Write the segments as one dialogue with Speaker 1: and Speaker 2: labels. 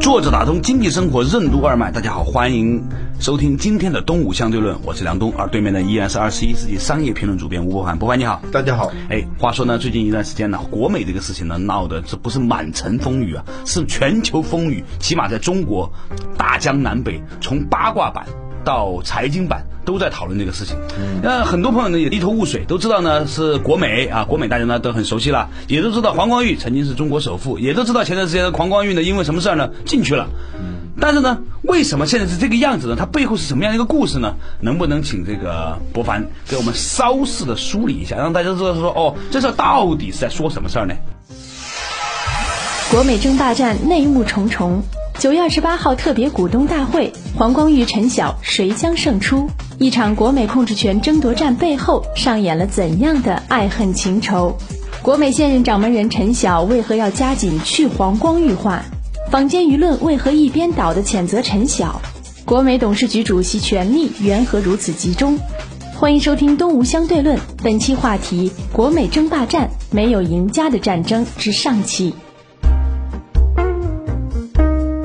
Speaker 1: 坐着打通经济生活任督二脉，大家好，欢迎收听今天的《东吴相对论》，我是梁东，而对面的依然是二十一世纪商业评论主编吴伯凡，博凡你好。
Speaker 2: 大家好，
Speaker 1: 哎，话说呢，最近一段时间呢，国美这个事情呢，闹的这不是满城风雨啊，是全球风雨。起码在中国，大江南北，从八卦版到财经版都在讨论这个事情。那、很多朋友呢也一头雾水，都知道呢是国美啊，国美大家呢都很熟悉了，也都知道黄光裕曾经是中国首富，也都知道前段时间的黄光裕呢因为什么事儿呢进去了。但是呢，为什么现在是这个样子呢？它背后是什么样的一个故事呢？能不能请这个博凡给我们稍事的梳理一下，让大家知道说哦，这事儿到底是在说什么事儿呢？
Speaker 3: 国美争霸战内幕重重。九月二十八号特别股东大会，黄光裕、陈晓谁将胜出？一场国美控制权争夺战背后上演了怎样的爱恨情仇？国美现任掌门人陈晓为何要加紧去黄光裕化？坊间舆论为何一边倒的谴责陈晓？国美董事局主席权力缘何如此集中？欢迎收听《东吴相对论》，本期话题：国美争霸战没有赢家的战争之上期。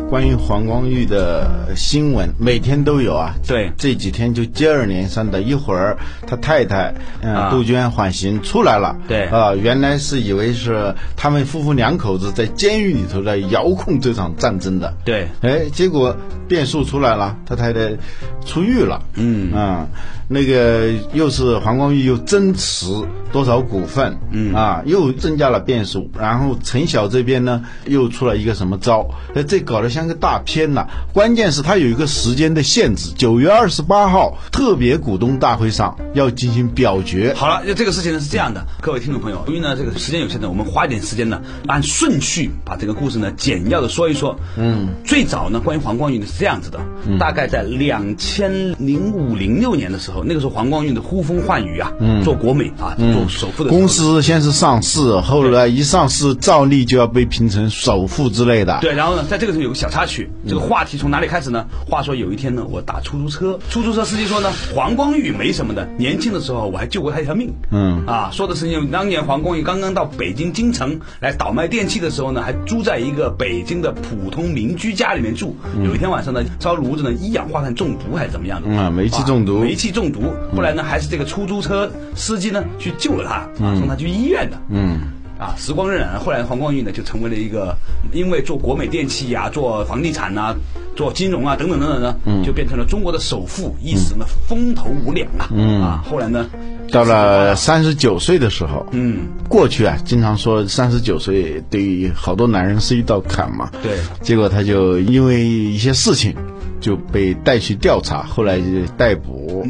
Speaker 2: 关于黄光裕的新闻，每天都有啊。
Speaker 1: 对
Speaker 2: 这几天就接二连三的，一会儿他太太，嗯、
Speaker 1: 啊
Speaker 2: 杜鹃缓刑出来了，
Speaker 1: 对
Speaker 2: 啊、原来是以为是他们夫妇两口子在监狱里头来遥控这场战争的，
Speaker 1: 对
Speaker 2: 哎，结果变数出来了，他太太出狱了。嗯啊、那个又是黄光裕又增持多少股份？嗯啊，又增加了变数。然后陈晓这边呢，又出了一个什么招？那这搞得像个大片呐、关键是他有一个时间的限制，九月二十八号特别股东大会上要进行表决。
Speaker 1: 好了，那这个事情呢是这样的，各位听众朋友，由于呢这个时间有限呢，我们花一点时间呢，按顺序把这个故事呢简要的说一说。嗯，最早呢，关于黄光裕呢是这样子的，大概在两千零五零六年的时候，那个时候黄光裕的呼风唤雨啊，做国美啊，做首富的时候
Speaker 2: 公司先是上市，后来一上市照例就要被评成首富之类的。嗯
Speaker 1: 对，然后呢，在这个时候有个小插曲，这个话题从哪里开始呢？话说有一天呢，我打出租车，出租车司机说呢，黄光裕没什么的，年轻的时候我还救过他一条命。嗯，啊，说的是因为当年黄光裕刚刚到北京京城来倒卖电器的时候呢，还住在一个北京的普通民居家里面住。有一天晚上呢，烧炉子呢，一氧化碳中毒还是怎么样的？
Speaker 2: 嗯啊煤气
Speaker 1: 啊
Speaker 2: 中毒
Speaker 1: 煤气中毒，
Speaker 2: 嗯
Speaker 1: 后来呢，还是这个出租车司机呢去救了他，啊，送他去医院的。嗯。啊，时光荏苒，后来黄光裕呢就成为了一个，因为做国美电器呀、做房地产呐、做金融啊等等等等呢，
Speaker 2: 嗯
Speaker 1: 就变成了中国的首富，一时呢风头无两啊。啊，后来呢，
Speaker 2: 嗯到了三十九岁的时候，嗯，过去啊，经常说三十九岁对于好多男人是一道坎嘛，
Speaker 1: 对
Speaker 2: 结果他就因为一些事情就被带去调查，后来就逮捕，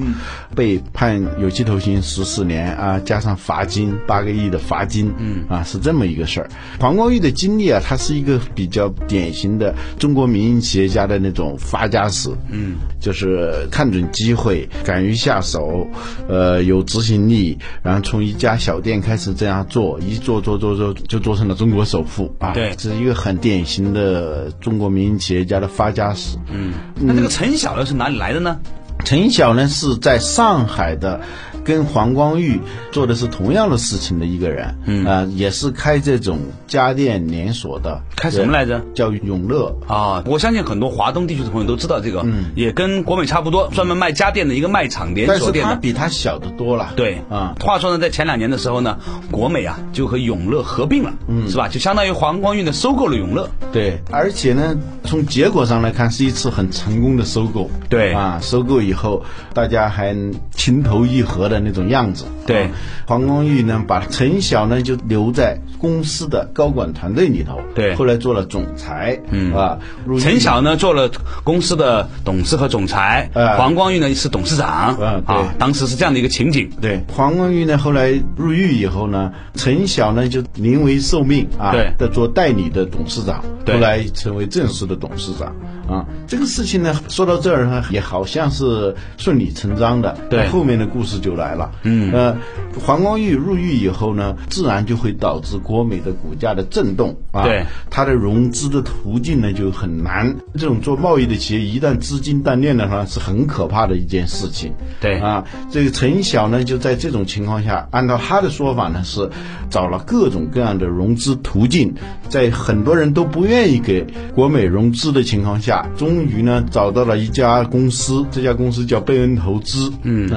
Speaker 2: 被判有期徒刑十四年啊，加上罚金八个亿的罚金，嗯啊，是这么一个事儿。黄光裕的经历啊，他是一个比较典型的中国民营企业家的那种发家史，嗯，就是看准机会，敢于下手，呃，有执行力，然后从一家小店开始这样做，一做做做做就做成了中国首富啊，
Speaker 1: 对
Speaker 2: 这是一个很典型的中国民营企业家的发家史。嗯，
Speaker 1: 那这个陈晓又是哪里来的呢？
Speaker 2: 陈晓呢是在上海的，跟黄光裕做的是同样的事情的一个人，嗯啊、也是开这种家电连锁的，
Speaker 1: 开什么来着？
Speaker 2: 叫永乐。
Speaker 1: 啊，我相信很多华东地区的朋友都知道这个，也跟国美差不多，专门卖家电的一个卖场连
Speaker 2: 嗯但
Speaker 1: 锁
Speaker 2: 是
Speaker 1: 店
Speaker 2: 他
Speaker 1: 的。
Speaker 2: 比他小得多了。
Speaker 1: 对
Speaker 2: 啊、
Speaker 1: 话说呢，在前两年的时候呢，国美啊就和永乐合并了，
Speaker 2: 嗯
Speaker 1: 是吧？就相当于黄光裕呢收购了永乐。
Speaker 2: 对，而且呢，从结果上来看，是一次很成功的收购。
Speaker 1: 对
Speaker 2: 啊，收购以后，大家还情投意合的那种样子。
Speaker 1: 对
Speaker 2: 啊黄光裕呢，把陈晓呢就留在公司的高管团队里头。
Speaker 1: 对
Speaker 2: 后来做了总裁。嗯啊，入
Speaker 1: 陈晓呢做了公司的董事和总裁，
Speaker 2: 呃
Speaker 1: 黄光裕呢是董事长，
Speaker 2: 呃对
Speaker 1: 啊，当时是这样的一个情景。
Speaker 2: 对，黄光裕呢，后来入狱以后呢，陈晓呢就临危受命啊，
Speaker 1: 对
Speaker 2: 在做代理的董事长，
Speaker 1: 对
Speaker 2: 后来成为正式的董事长啊，这个事情呢，说到这儿呢，也好像是顺理成章的。
Speaker 1: 对
Speaker 2: 后面的故事就来了。嗯，呃，黄光裕入狱以后呢，自然就会导致国美的股价的震动啊。
Speaker 1: 对，
Speaker 2: 它的融资的途径呢就很难。这种做贸易的企业，一旦资金断裂的话，是很可怕的一件事情。
Speaker 1: 对
Speaker 2: 啊，这个陈晓呢，就在这种情况下，按照他的说法呢，是找了各种各样的融资途径，在很多人都不愿意给国美融资的情况下，终于呢找到了一家公司，这家公司叫贝恩投资，嗯。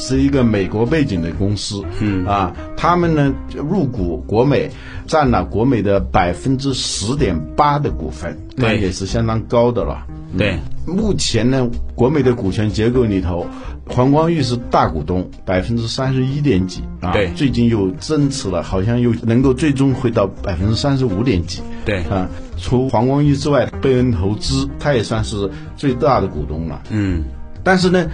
Speaker 2: 是一个美国背景的公司，嗯啊，他们呢入股国美，占了国美的百分之十点八的股份，那
Speaker 1: 对
Speaker 2: 也是相当高的了。
Speaker 1: 对，
Speaker 2: 目前呢，国美的股权结构里头，黄光裕是大股东，百分之三十一点几啊。
Speaker 1: 对
Speaker 2: 最近又增持了，好像又能够最终会到百分之三十五点几。
Speaker 1: 对
Speaker 2: 啊，除黄光裕之外，贝恩投资他也算是最大的股东了。
Speaker 1: 嗯，
Speaker 2: 但是呢，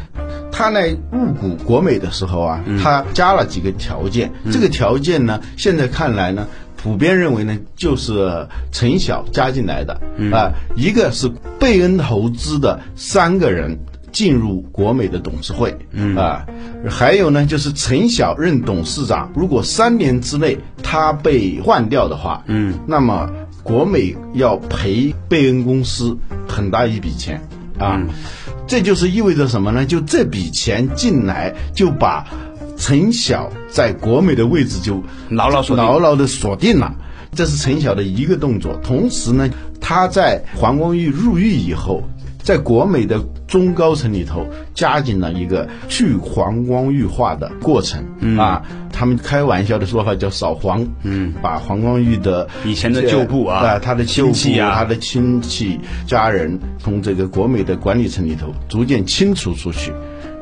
Speaker 2: 他来入股国美的时候啊，他加了几个条件。这个条件呢，现在看来呢，普遍认为呢，就是陈晓加进来的啊、一个是贝恩投资的三个人。进入国美的董事会，啊、还有呢，就是陈晓任董事长，如果三年之内他被换掉的话，嗯，那么国美要赔贝恩公司很大一笔钱啊。这就是意味着什么呢？就这笔钱进来，就把陈晓在国美的位置就
Speaker 1: 牢牢锁定
Speaker 2: 牢牢的锁定了。这是陈晓的一个动作。同时呢，他在黄光裕入狱以后，在国美的中高层里头加紧了一个去黄光裕化的过程、
Speaker 1: 嗯
Speaker 2: 啊。他们开玩笑的说法叫“扫黄”，嗯，把黄光裕的
Speaker 1: 以前的旧部啊
Speaker 2: 他的亲戚
Speaker 1: 旧部啊
Speaker 2: 他他的亲戚、家人从这个国美的管理层里头逐渐清除出去。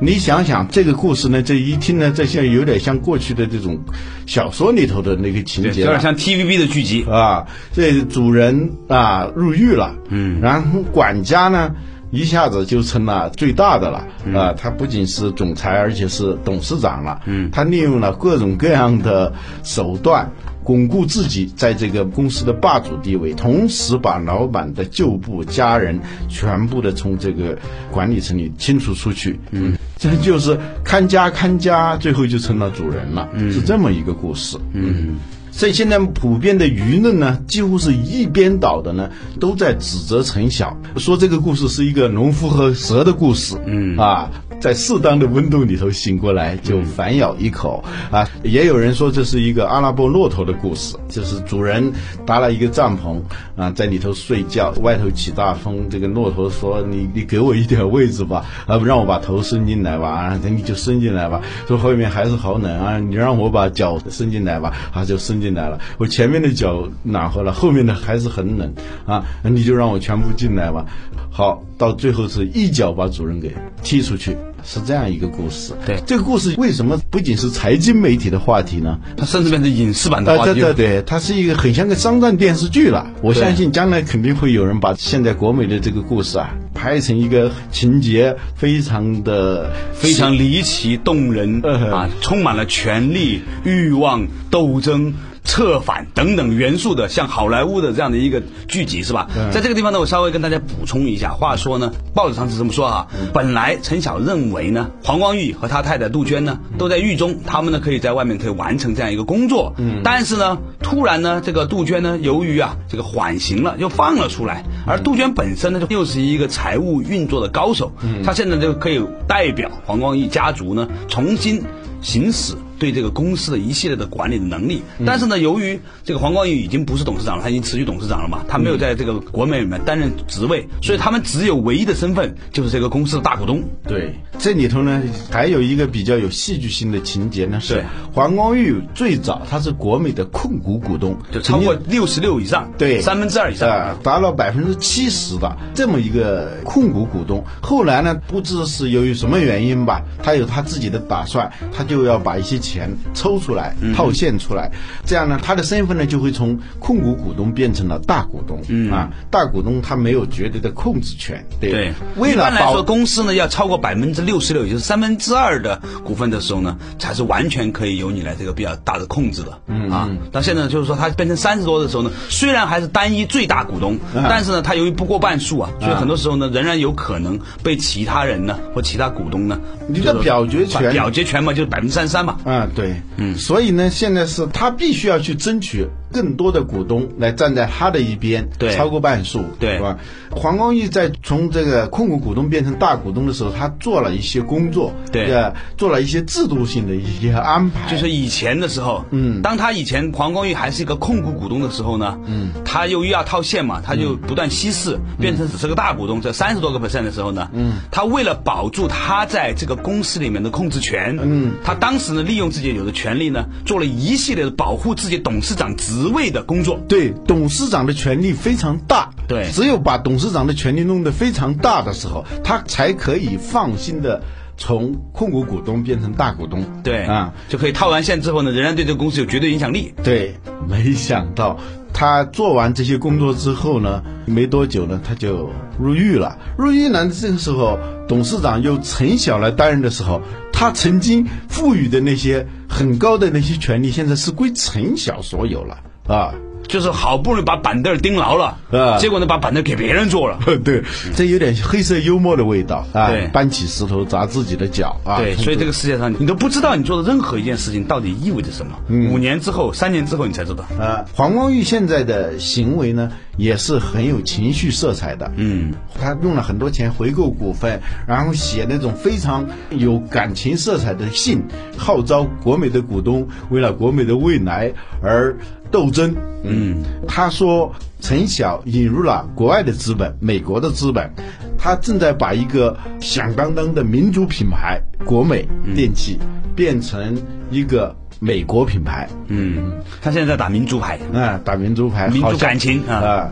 Speaker 2: 你想想这个故事呢，这一听呢，这像有点像过去的这种小说里头的那个情
Speaker 1: 对，
Speaker 2: 节
Speaker 1: 有
Speaker 2: 了
Speaker 1: 点像 TVB 的剧集，
Speaker 2: 啊，这主人啊入狱了，嗯，然后管家呢一下子就成了最大的了，啊，他不仅是总裁，而且是董事长了，嗯，他利用了各种各样的手段。巩固自己在这个公司的霸主地位，同时把老板的旧部家人全部的从这个管理层里清除出去。嗯，这就是看家看家，最后就成了主人了，是这么一个故事。嗯所以现在普遍的舆论呢，几乎是一边倒的呢，都在指责陈晓，说这个故事是一个农夫和蛇的故事。嗯啊，在适当的温度里头醒过来，就反咬一口、啊。也有人说这是一个阿拉伯骆驼的故事，就是主人搭了一个帐篷啊，在里头睡觉，外头起大风，这个骆驼说：“你你给我一点位置吧，啊，让我把头伸进来吧，啊，你就伸进来吧。”说后面还是好冷啊，你让我把脚伸进来吧，啊，就伸进来了。我前面的脚暖和了，后面的还是很冷啊，你就让我全部进来吧。好，到最后是一脚把主人给踢出去。是这样一个故事，
Speaker 1: 对
Speaker 2: 这个故事为什么不仅是财经媒体的话题呢？
Speaker 1: 它甚至变成影视版的
Speaker 2: 啊，
Speaker 1: 话
Speaker 2: 对
Speaker 1: 题了。
Speaker 2: 对对，它是一个很像个商战电视剧了。我
Speaker 1: 呃对
Speaker 2: 相信将来肯定会有人把现在国美的这个故事啊，拍成一个情节非常的
Speaker 1: 非常离奇动人
Speaker 2: 嗯
Speaker 1: 啊，充满了权力、欲望、斗争、策反等等元素的，像好莱坞的这样的一个剧集是吧？在这个地方呢，我稍微跟大家补充一下。话说呢，报纸上是这么说啊，本来陈晓认为呢，黄光裕和他太太杜鹃呢都在狱中，他们呢可以在外面可以完成这样一个工作。嗯，但是呢，突然呢，这个杜鹃呢，由于啊这个缓刑了，又放了出来，而杜鹃本身呢，就又是一个财务运作的高手，他现在就可以代表黄光裕家族呢，重新行使对这个公司的一系列的管理的能力。但是呢，
Speaker 2: 嗯
Speaker 1: 由于这个黄光裕已经不是董事长了，他已经辞去董事长了嘛，他
Speaker 2: 嗯
Speaker 1: 没有在这个国美里面担任职位，所以他们只有唯一的身份就是这个公司的大股东。
Speaker 2: 对，这里头呢还有一个比较有戏剧性的情节呢，是
Speaker 1: 对
Speaker 2: 黄光裕最早他是国美的控股股东，
Speaker 1: 就超过
Speaker 2: 曾经
Speaker 1: 六十六以上，
Speaker 2: 对
Speaker 1: 三分之二以上，
Speaker 2: 啊，达到百分之七十的这么一个控股股东。后来呢，不知是由于什么原因吧，他有他自己的打算，他就要把一些钱抽出来、
Speaker 1: 嗯
Speaker 2: 套现出来，这样呢，他的身份呢就会从控股股东变成了大股东、
Speaker 1: 嗯
Speaker 2: 啊。大股东他没有绝对的控制权，对
Speaker 1: 对，
Speaker 2: 为
Speaker 1: 一
Speaker 2: 了
Speaker 1: 般来
Speaker 2: 保
Speaker 1: 说，公司呢要超过百分之六十六，也就是三分之二的股份的时候呢，才是完全可以由你来这个比较大的控制的，
Speaker 2: 嗯
Speaker 1: 啊。但现在就是说，它变成三十多的时候呢，虽然还是单一最大股东，
Speaker 2: 嗯
Speaker 1: 但是呢，它由于不过半数啊，所以很多时候呢，仍然有可能被其他人呢或其他股东呢，
Speaker 2: 你的表决权
Speaker 1: 表决权嘛，就是百分之三十三嘛，
Speaker 2: 啊，对，嗯，所以呢，现在是他必须要去争取更多的股东来站在他的一边，
Speaker 1: 对
Speaker 2: 超过半数，
Speaker 1: 对
Speaker 2: 是吧？黄光裕在从这个控股股东变成大股东的时候，他做了一些工作，
Speaker 1: 对
Speaker 2: 呃，做了一些制度性的一些安排，
Speaker 1: 就是以前的时候，嗯，当他以前黄光裕还是一个控股股东的时候呢，嗯，他由于要套现嘛，他就不断稀释，变成只是个大股东，这三十多个 percent 的时候呢，嗯，他为了保住他在这个公司里面的控制权，嗯，他当时呢利用自己有的权利呢，做了一系列的保护自己董事长职位的工作，
Speaker 2: 对董事长的权力非常大，
Speaker 1: 对
Speaker 2: 只有把董事长的权力弄得非常大的时候，他才可以放心的从控股股东变成大股东，
Speaker 1: 对，
Speaker 2: 啊、
Speaker 1: 就可以套完现之后呢，仍然对这个公司有绝对影响力，
Speaker 2: 对，没想到他做完这些工作之后呢，没多久呢，他就入狱了。入狱呢，这个时候董事长由陈晓来担任的时候，他曾经赋予的那些很高的那些权利，现在是归陈晓所有了啊。
Speaker 1: 就是好不容易把板凳儿盯牢了，
Speaker 2: 啊
Speaker 1: 结果呢把板凳给别人 做了。
Speaker 2: 对，这有点黑色幽默的味道啊
Speaker 1: 对！
Speaker 2: 搬起石头砸自己的脚啊！
Speaker 1: 对，所以这个世界上你都不知道你做的任何一件事情到底意味着什么。五年之后、三年之后你才知道。
Speaker 2: 呃，黄光裕现在的行为呢，也是很有情绪色彩的。嗯，他用了很多钱回购股份，然后写那种非常有感情色彩的信，号召国美的股东为了国美的未来而斗争。嗯，他说陈晓引入了国外的资本，美国的资本，他正在把一个响当当的民族品牌国美电器、变成一个美国品牌。
Speaker 1: 嗯，他现在在打民族牌，
Speaker 2: 啊，打民族牌，
Speaker 1: 民族
Speaker 2: 好像
Speaker 1: 感情啊
Speaker 2: 啊、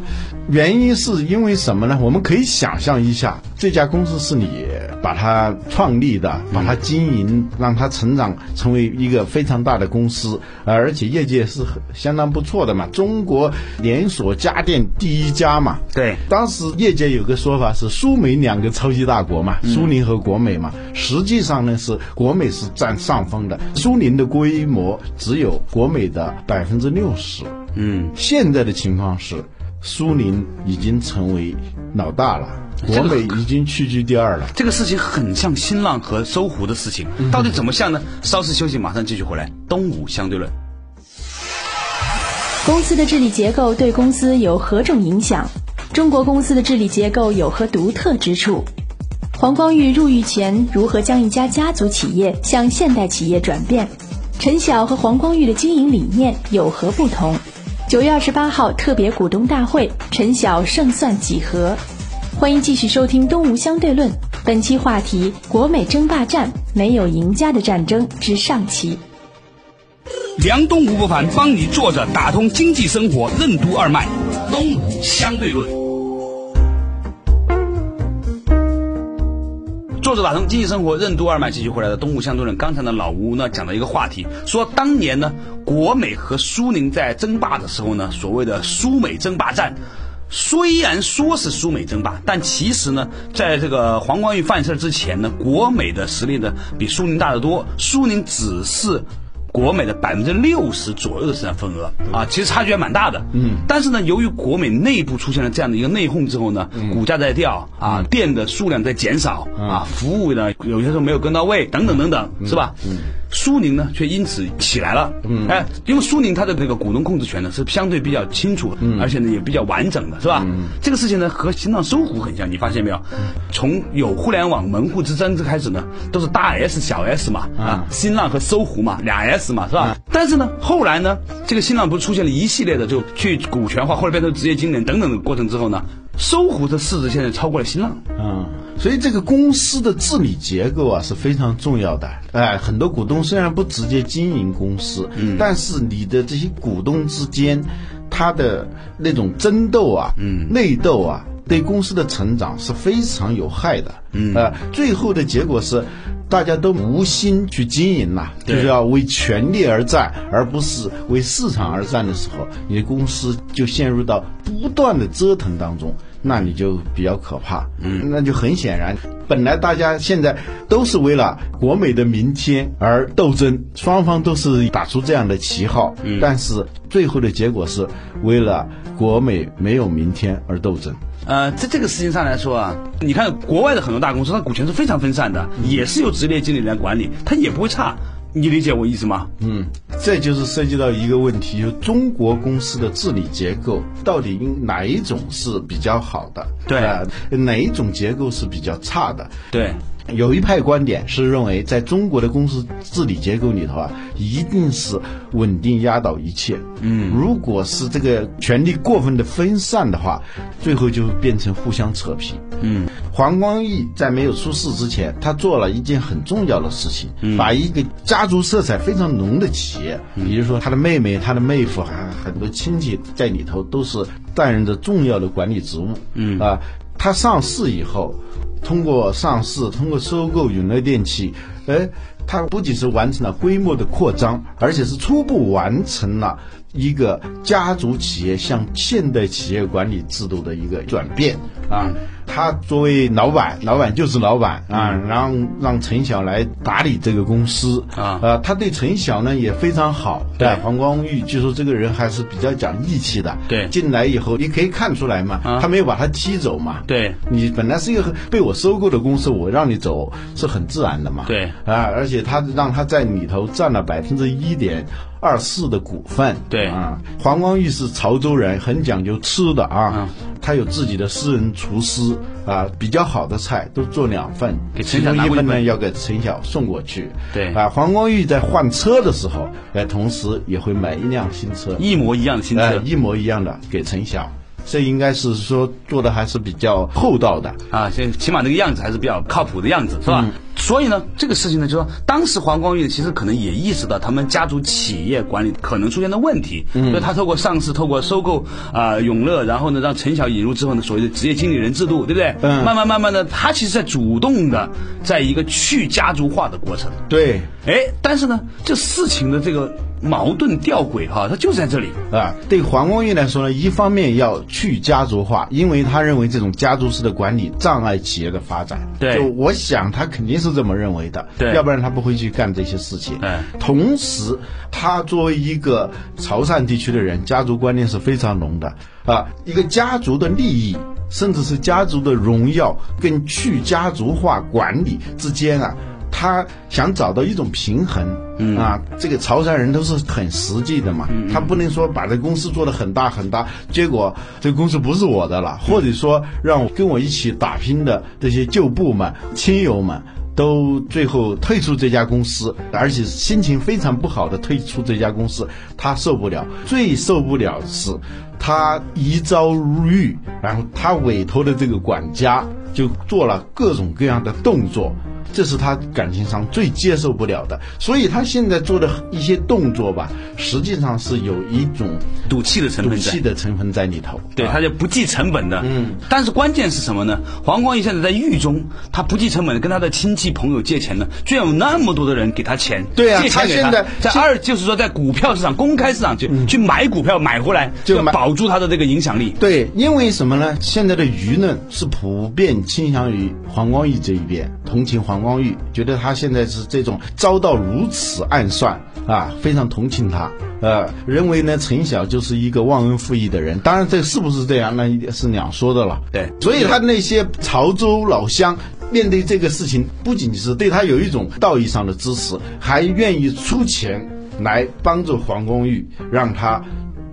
Speaker 2: 原因是因为什么呢？我们可以想象一下，这家公司是你把它创立的，把
Speaker 1: 嗯
Speaker 2: 它经营，让它成长成为一个非常大的公司，呃而且业界是很相当不错的嘛，中国连锁家电第一家嘛。
Speaker 1: 对
Speaker 2: 当时业界有个说法是苏美两个超级大国嘛，
Speaker 1: 嗯
Speaker 2: 苏宁和国美嘛，实际上呢是国美是占上风的，苏宁的规模只有国美的百分之六十。
Speaker 1: 嗯，
Speaker 2: 现在的情况是，苏宁已经成为老大了，国美已经屈居第二了。
Speaker 1: 这个事情很像新浪和搜狐的事情，到底怎么像呢？稍事休息，马上继续回来。东吴相对论。
Speaker 3: 公司的治理结构对公司有何种影响？中国公司的治理结构有何独特之处？黄光裕入狱前如何将一家家族企业向现代企业转变？陈晓和黄光裕的经营理念有何不同？九月二十八号特别股东大会，陈晓胜算几何？欢迎继续收听《东吴相对论》，本期话题：国美争霸战没有赢家的战争之上期。
Speaker 4: 梁东吴不凡帮你坐着打通经济生活任督二脉，东吴相对论。
Speaker 1: 作者打通经济生活任督二脉，继续回来的东吴相对论。刚才呢，老吴呢讲到一个话题，说当年呢，国美和苏宁在争霸的时候呢，所谓的苏美争霸战。虽然说是苏美争霸，但其实呢，在这个黄光裕犯事之前呢，国美的实力呢比苏宁大得多，苏宁只是国美的百分之六十左右的市场份额啊，其实差距还蛮大的。嗯，但是呢，由于国美内部出现了这样的一个内讧之后呢，股价在掉啊，店的数量在减少啊，服务呢有些时候没有跟到位，等等等等，是吧？嗯。苏宁呢，却因此起来了。嗯，哎，因为苏宁它的那个股东控制权呢是相对比较清楚，而且呢也比较完整的，是吧？这个事情呢和新浪搜狐很像，你发现没有？从有互联网门户之争开始呢，都是大 S 小 S 嘛，啊，新浪和搜狐嘛，俩 S 嘛，是吧？但是呢，后来呢，这个新浪不是出现了一系列的就去股权化或者变成职业经理人等等的过程之后呢，搜狐的市值现在超过了新浪。
Speaker 2: 嗯，所以这个公司的治理结构啊是非常重要的。哎，很多股东虽然不直接经营公司，嗯，但是你的这些股东之间，他的那种争斗啊，嗯，内斗啊，对公司的成长是非常有害的。嗯，呃，最后的结果是。大家都无心去经营了，就是要为权力而战，而不是为市场而战的时候，你的公司就陷入到不断的折腾当中。那你就比较可怕。嗯，那就很显然，本来大家现在都是为了国美的明天而斗争，双方都是打出这样的旗号，嗯、但是最后的结果是为了国美没有明天而斗争。
Speaker 1: 呃，在这个事情上来说啊，你看国外的很多大公司，它股权是非常分散的，也是由职业经理来管理，它也不会差。你理解我意思吗？
Speaker 2: 嗯，这就是涉及到一个问题，就是中国公司的治理结构到底应哪一种是比较好的？
Speaker 1: 对
Speaker 2: 呃哪一种结构是比较差的？
Speaker 1: 对，
Speaker 2: 有一派观点是认为，在中国的公司治理结构里头啊，一定是稳定压倒一切。嗯，如果是这个权力过分的分散的话，最后就变成互相扯皮。嗯，黄光裕在没有出事之前，他做了一件很重要的事情，把一个家族色彩非常浓的企业，比如说他的妹妹、他的妹夫，还很多亲戚在里头都是担任着重要的管理职务。嗯啊、他上市以后。通过上市，通过收购永乐电器，哎，它不仅是完成了规模的扩张，而且是初步完成了一个家族企业向现代企业管理制度的一个转变啊。他作为老板，老板就是老板啊，
Speaker 1: 嗯
Speaker 2: 让让陈晓来打理这个公司
Speaker 1: 啊
Speaker 2: 呃，他对陈晓呢也非常好，
Speaker 1: 对
Speaker 2: 哎黄光裕据说这个人还是比较讲义气的，
Speaker 1: 对啊
Speaker 2: 进来以后你可以看出来嘛，他没有把他踢走嘛，
Speaker 1: 对
Speaker 2: 你本来是一个很被我收购的公司，我让你走是很自然的嘛。
Speaker 1: 对
Speaker 2: 啊，而且他让他在里头占了百分之一点二四的股份。
Speaker 1: 对
Speaker 2: 啊，黄光裕是潮州人，很讲究吃的
Speaker 1: 嗯
Speaker 2: 啊，他有自己的私人厨师啊，比较好的菜都做两份，
Speaker 1: 给
Speaker 2: 其
Speaker 1: 陈晓
Speaker 2: 中
Speaker 1: 拿
Speaker 2: 一
Speaker 1: 过
Speaker 2: 份呢
Speaker 1: 一份
Speaker 2: 要给陈晓送过去。
Speaker 1: 对
Speaker 2: 啊，黄光裕在换车的时候，哎，同时也会买一辆新车。
Speaker 1: 一模一样的薪资。
Speaker 2: 呃，一模一样的给陈晓，这应该是说做的还是比较厚道的。
Speaker 1: 啊，这起码那个样子还是比较靠谱的样子，是
Speaker 2: 嗯
Speaker 1: 吧？所以呢，这个事情呢，就说当时黄光裕其实可能也意识到他们家族企业管理可能出现的问题，
Speaker 2: 嗯
Speaker 1: 所以他透过上市，透过收购啊、永乐，然后呢让陈晓引入之后呢，所谓的职业经理人制度，对不对？
Speaker 2: 嗯
Speaker 1: 慢慢慢慢的，他其实在主动的在一个去家族化的过程。
Speaker 2: 对，
Speaker 1: 哎，但是呢，这事情的这个矛盾吊诡哈、它就在这里。
Speaker 2: 啊，对黄光裕来说呢，一方面要去家族化，因为他认为这种家族式的管理障碍企业的发展。
Speaker 1: 对
Speaker 2: 就我想他肯定是这么认为的，
Speaker 1: 对
Speaker 2: 要不然他不会去干这些事情。
Speaker 1: 哎
Speaker 2: 同时，他作为一个潮汕地区的人，家族观念是非常浓的啊，一个家族的利益。甚至是家族的荣耀跟去家族化管理之间啊，他想找到一种平衡。嗯啊，这个潮汕人都是很实际的嘛，他不能说把这公司做得很大很大，结果这公司不是我的了，或者说让我跟我一起打拼的这些旧部们、亲友们。都最后退出这家公司，而且心情非常不好的退出这家公司，他受不了。最受不了是，他一遭入狱，然后他委托的这个管家就做了各种各样的动作，这是他感情上最接受不了的。所以他现在做的一些动作吧，实际上是有一种
Speaker 1: 赌气的成
Speaker 2: 赌
Speaker 1: 分在
Speaker 2: 气。的成分在里头。啊
Speaker 1: 对，他就不计成本的。嗯，但是关键是什么呢？黄光裕现在在狱中，他不计成本的跟他的亲戚朋友借钱呢，居然有那么多的人给他钱。
Speaker 2: 对啊
Speaker 1: 借钱给
Speaker 2: 他现在
Speaker 1: 在
Speaker 2: 现嗯
Speaker 1: 二就是说在股票市场、公开市场去、去买股票买回来，
Speaker 2: 就
Speaker 1: 要
Speaker 2: 买
Speaker 1: 保住他的这个影响力。
Speaker 2: 对，因为什么呢？现在的舆论是普遍倾向于黄光裕这一边，同情黄光裕，觉得他现在是这种遭到如此暗算啊，非常同情他。呃，认为呢，陈晓就是一个忘恩负义的人。当然，这是不是这样，那是两说的了。
Speaker 1: 对
Speaker 2: 所以他那些潮州老乡面对这个事情，不仅是对他有一种道义上的支持，还愿意出钱来帮助黄光裕，让他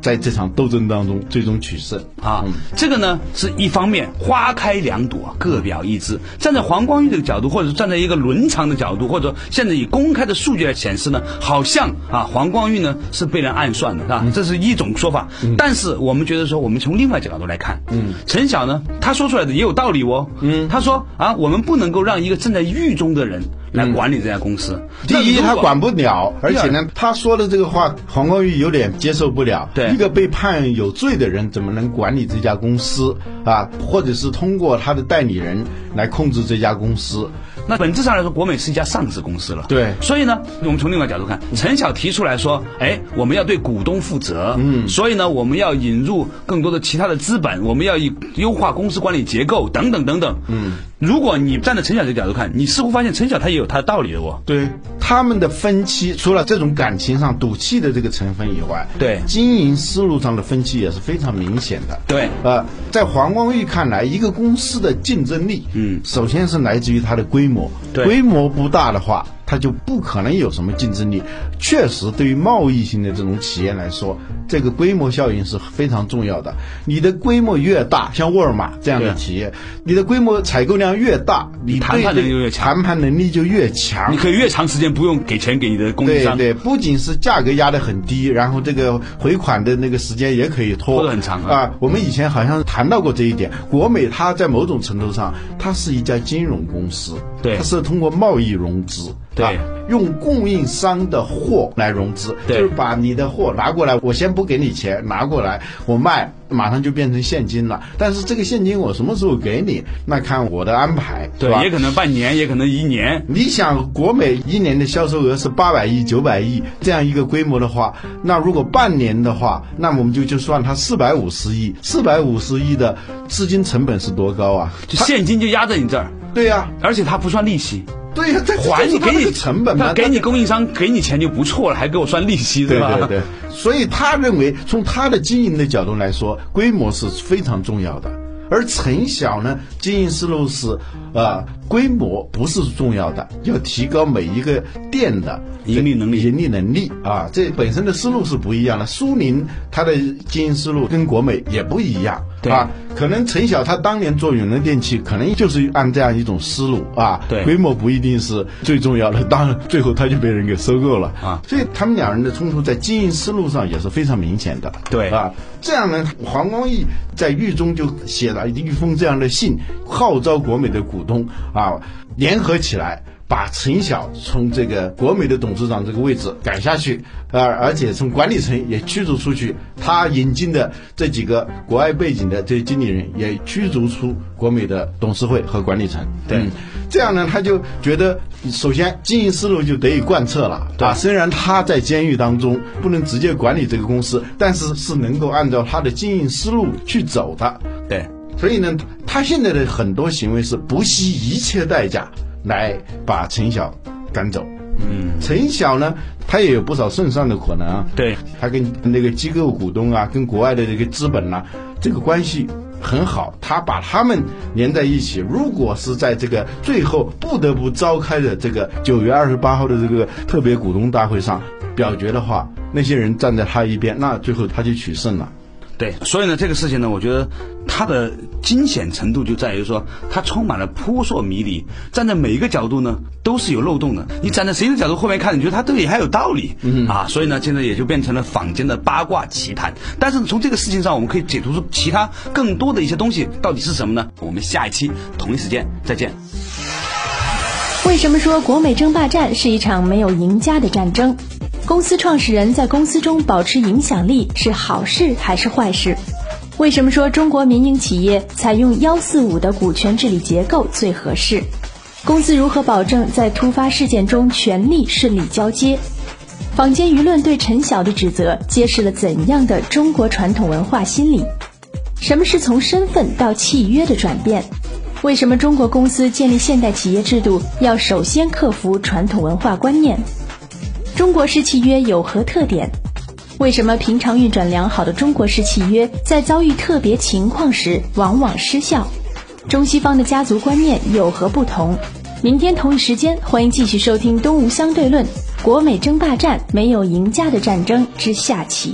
Speaker 2: 在这场斗争当中最终取胜。
Speaker 1: 啊，这个呢是一方面，花开两朵，各表一枝。站在黄光裕这个角度，或者站在一个伦常的角度，或者说现在以公开的数据来显示呢，好像啊黄光裕呢是被人暗算的，是吧？
Speaker 2: 嗯
Speaker 1: 这是一种说法。但是我们觉得说，我们从另外一个角度来看，嗯，陈晓呢他说出来的也有道理哦，嗯，他说啊，我们不能够让一个正在狱中的人来管理这家公司。
Speaker 2: 嗯第一，
Speaker 1: 那如
Speaker 2: 他
Speaker 1: 果
Speaker 2: 管不了，而且
Speaker 1: 第
Speaker 2: 呢，他说的这个话，黄光裕有点接受不了。
Speaker 1: 对
Speaker 2: 一个被判有罪的人，怎么能管理这家公司啊？或者是通过他的代理人来控制这家公司？
Speaker 1: 那本质上来说，国美是一家上市公司了。
Speaker 2: 对
Speaker 1: 所以呢，我们从另外角度看，陈晓提出来说，哎，我们要对股东负责，嗯，所以呢，我们要引入更多的其他的资本，我们要以优化公司管理结构等等等等，嗯。如果你站在陈晓这个角度看，你似乎发现陈晓他也有他的道理的哦。
Speaker 2: 对他们的分歧，除了这种感情上赌气的这个成分以外，
Speaker 1: 对
Speaker 2: 经营思路上的分歧也是非常明显的。
Speaker 1: 对
Speaker 2: 呃，在黄光裕看来，一个公司的竞争力，
Speaker 1: 嗯
Speaker 2: 首先是来自于它的规模，
Speaker 1: 对
Speaker 2: 规模不大的话。它就不可能有什么竞争力。确实，对于贸易型的这种企业来说，这个规模效应是非常重要的。你的规模越大，像沃尔玛这样的
Speaker 1: 对
Speaker 2: 企业，你的规模采购量越大，你
Speaker 1: 谈
Speaker 2: 对
Speaker 1: 判能
Speaker 2: 这
Speaker 1: 力越强
Speaker 2: 谈判能力就越强。
Speaker 1: 你可以越长时间不用给钱给你的供应
Speaker 2: 对
Speaker 1: 商，
Speaker 2: 对，不仅是价格压得很低，然后这个回款的那个时间也可以拖，
Speaker 1: 拖得很长啊嗯
Speaker 2: 啊、我们以前好像谈到过这一点。国美它在某种程度上，它是一家金融公司，
Speaker 1: 对
Speaker 2: 它是通过贸易融资，
Speaker 1: 对
Speaker 2: 啊用供应商的货来融资，
Speaker 1: 对
Speaker 2: 就是把你的货拿过来，我先不给你钱，拿过来我卖，马上就变成现金了。但是这个现金我什么时候给你，那看我的安排，
Speaker 1: 对
Speaker 2: 是吧？
Speaker 1: 也可能半年，也可能一年，
Speaker 2: 你想国美一年的销售额是八百亿、九百亿这样一个规模的话，那如果半年的话，那我们就就算它四百五十亿，四百五十亿的资金成本是多高啊？
Speaker 1: 就现金就压在你这儿，
Speaker 2: 对呀、
Speaker 1: 而且他不算利息，
Speaker 2: 对呀、这
Speaker 1: 还你给
Speaker 2: 这是它那
Speaker 1: 你
Speaker 2: 个成本嘛，
Speaker 1: 他给你供应商给你钱就不错了，还给我算利息，
Speaker 2: 对
Speaker 1: 吧？
Speaker 2: 对对， 所以他认为从他的经营的角度来说，规模是非常重要的。而陈晓呢，经营思路是，呃，规模不是重要的，要提高每一个店的
Speaker 1: 盈利能力
Speaker 2: 盈利能力啊，这本身的思路是不一样的。苏宁他的经营思路跟国美也不一样，
Speaker 1: 对
Speaker 2: 啊，可能陈晓他当年做永乐电器，可能就是按这样一种思路啊，
Speaker 1: 对
Speaker 2: 规模不一定是最重要的，当然最后他就被人给收购了
Speaker 1: 啊
Speaker 2: 所以他们两人的冲突在经营思路上也是非常明显的。
Speaker 1: 对
Speaker 2: 啊，这样呢，黄光裕在狱中就写了一封这样的信，号召国美的股东啊联合起来。把陈晓从这个国美的董事长这个位置赶下去，呃，而且从管理层也驱逐出去，他引进的这几个国外背景的这些经理人也驱逐出国美的董事会和管理层。对，这样呢，他就觉得首先经营思路就得以贯彻了。啊，虽然他在监狱当中不能直接管理这个公司，但是是能够按照他的经营思路去走的。
Speaker 1: 对
Speaker 2: 所以呢，他现在的很多行为是不惜一切代价来把陈晓赶走。嗯，陈晓呢，他也有不少胜算的可能啊。
Speaker 1: 对，
Speaker 2: 他跟那个机构股东啊，跟国外的这个资本呐、这个关系很好，他把他们连在一起。如果是在这个最后不得不召开的这个九月二十八号的这个特别股东大会上表决的话，那些人站在他一边，那最后他就取胜了。
Speaker 1: 对，所以呢，这个事情呢，我觉得它的惊险程度就在于说，它充满了扑朔迷离，站在每一个角度呢都是有漏洞的。你站在谁的角度后面看，你觉得他对你还有道理，嗯啊，所以呢，现在也就变成了坊间的八卦奇谈。但是从这个事情上，我们可以解读出其他更多的一些东西，到底是什么呢？我们下一期同一时间再见。
Speaker 3: 为什么说国美争霸战是一场没有赢家的战争？公司创始人在公司中保持影响力是好事还是坏事？为什么说中国民营企业采用幺四五的股权治理结构最合适？公司如何保证在突发事件中权力顺利交接？坊间舆论对陈晓的指责揭示了怎样的中国传统文化心理？什么是从身份到契约的转变？为什么中国公司建立现代企业制度要首先克服传统文化观念？中国式契约有何特点？为什么平常运转良好的中国式契约在遭遇特别情况时往往失效？中西方的家族观念有何不同？明天同一时间，欢迎继续收听《东吴相对论：国美争霸战没有赢家的战争》之下期。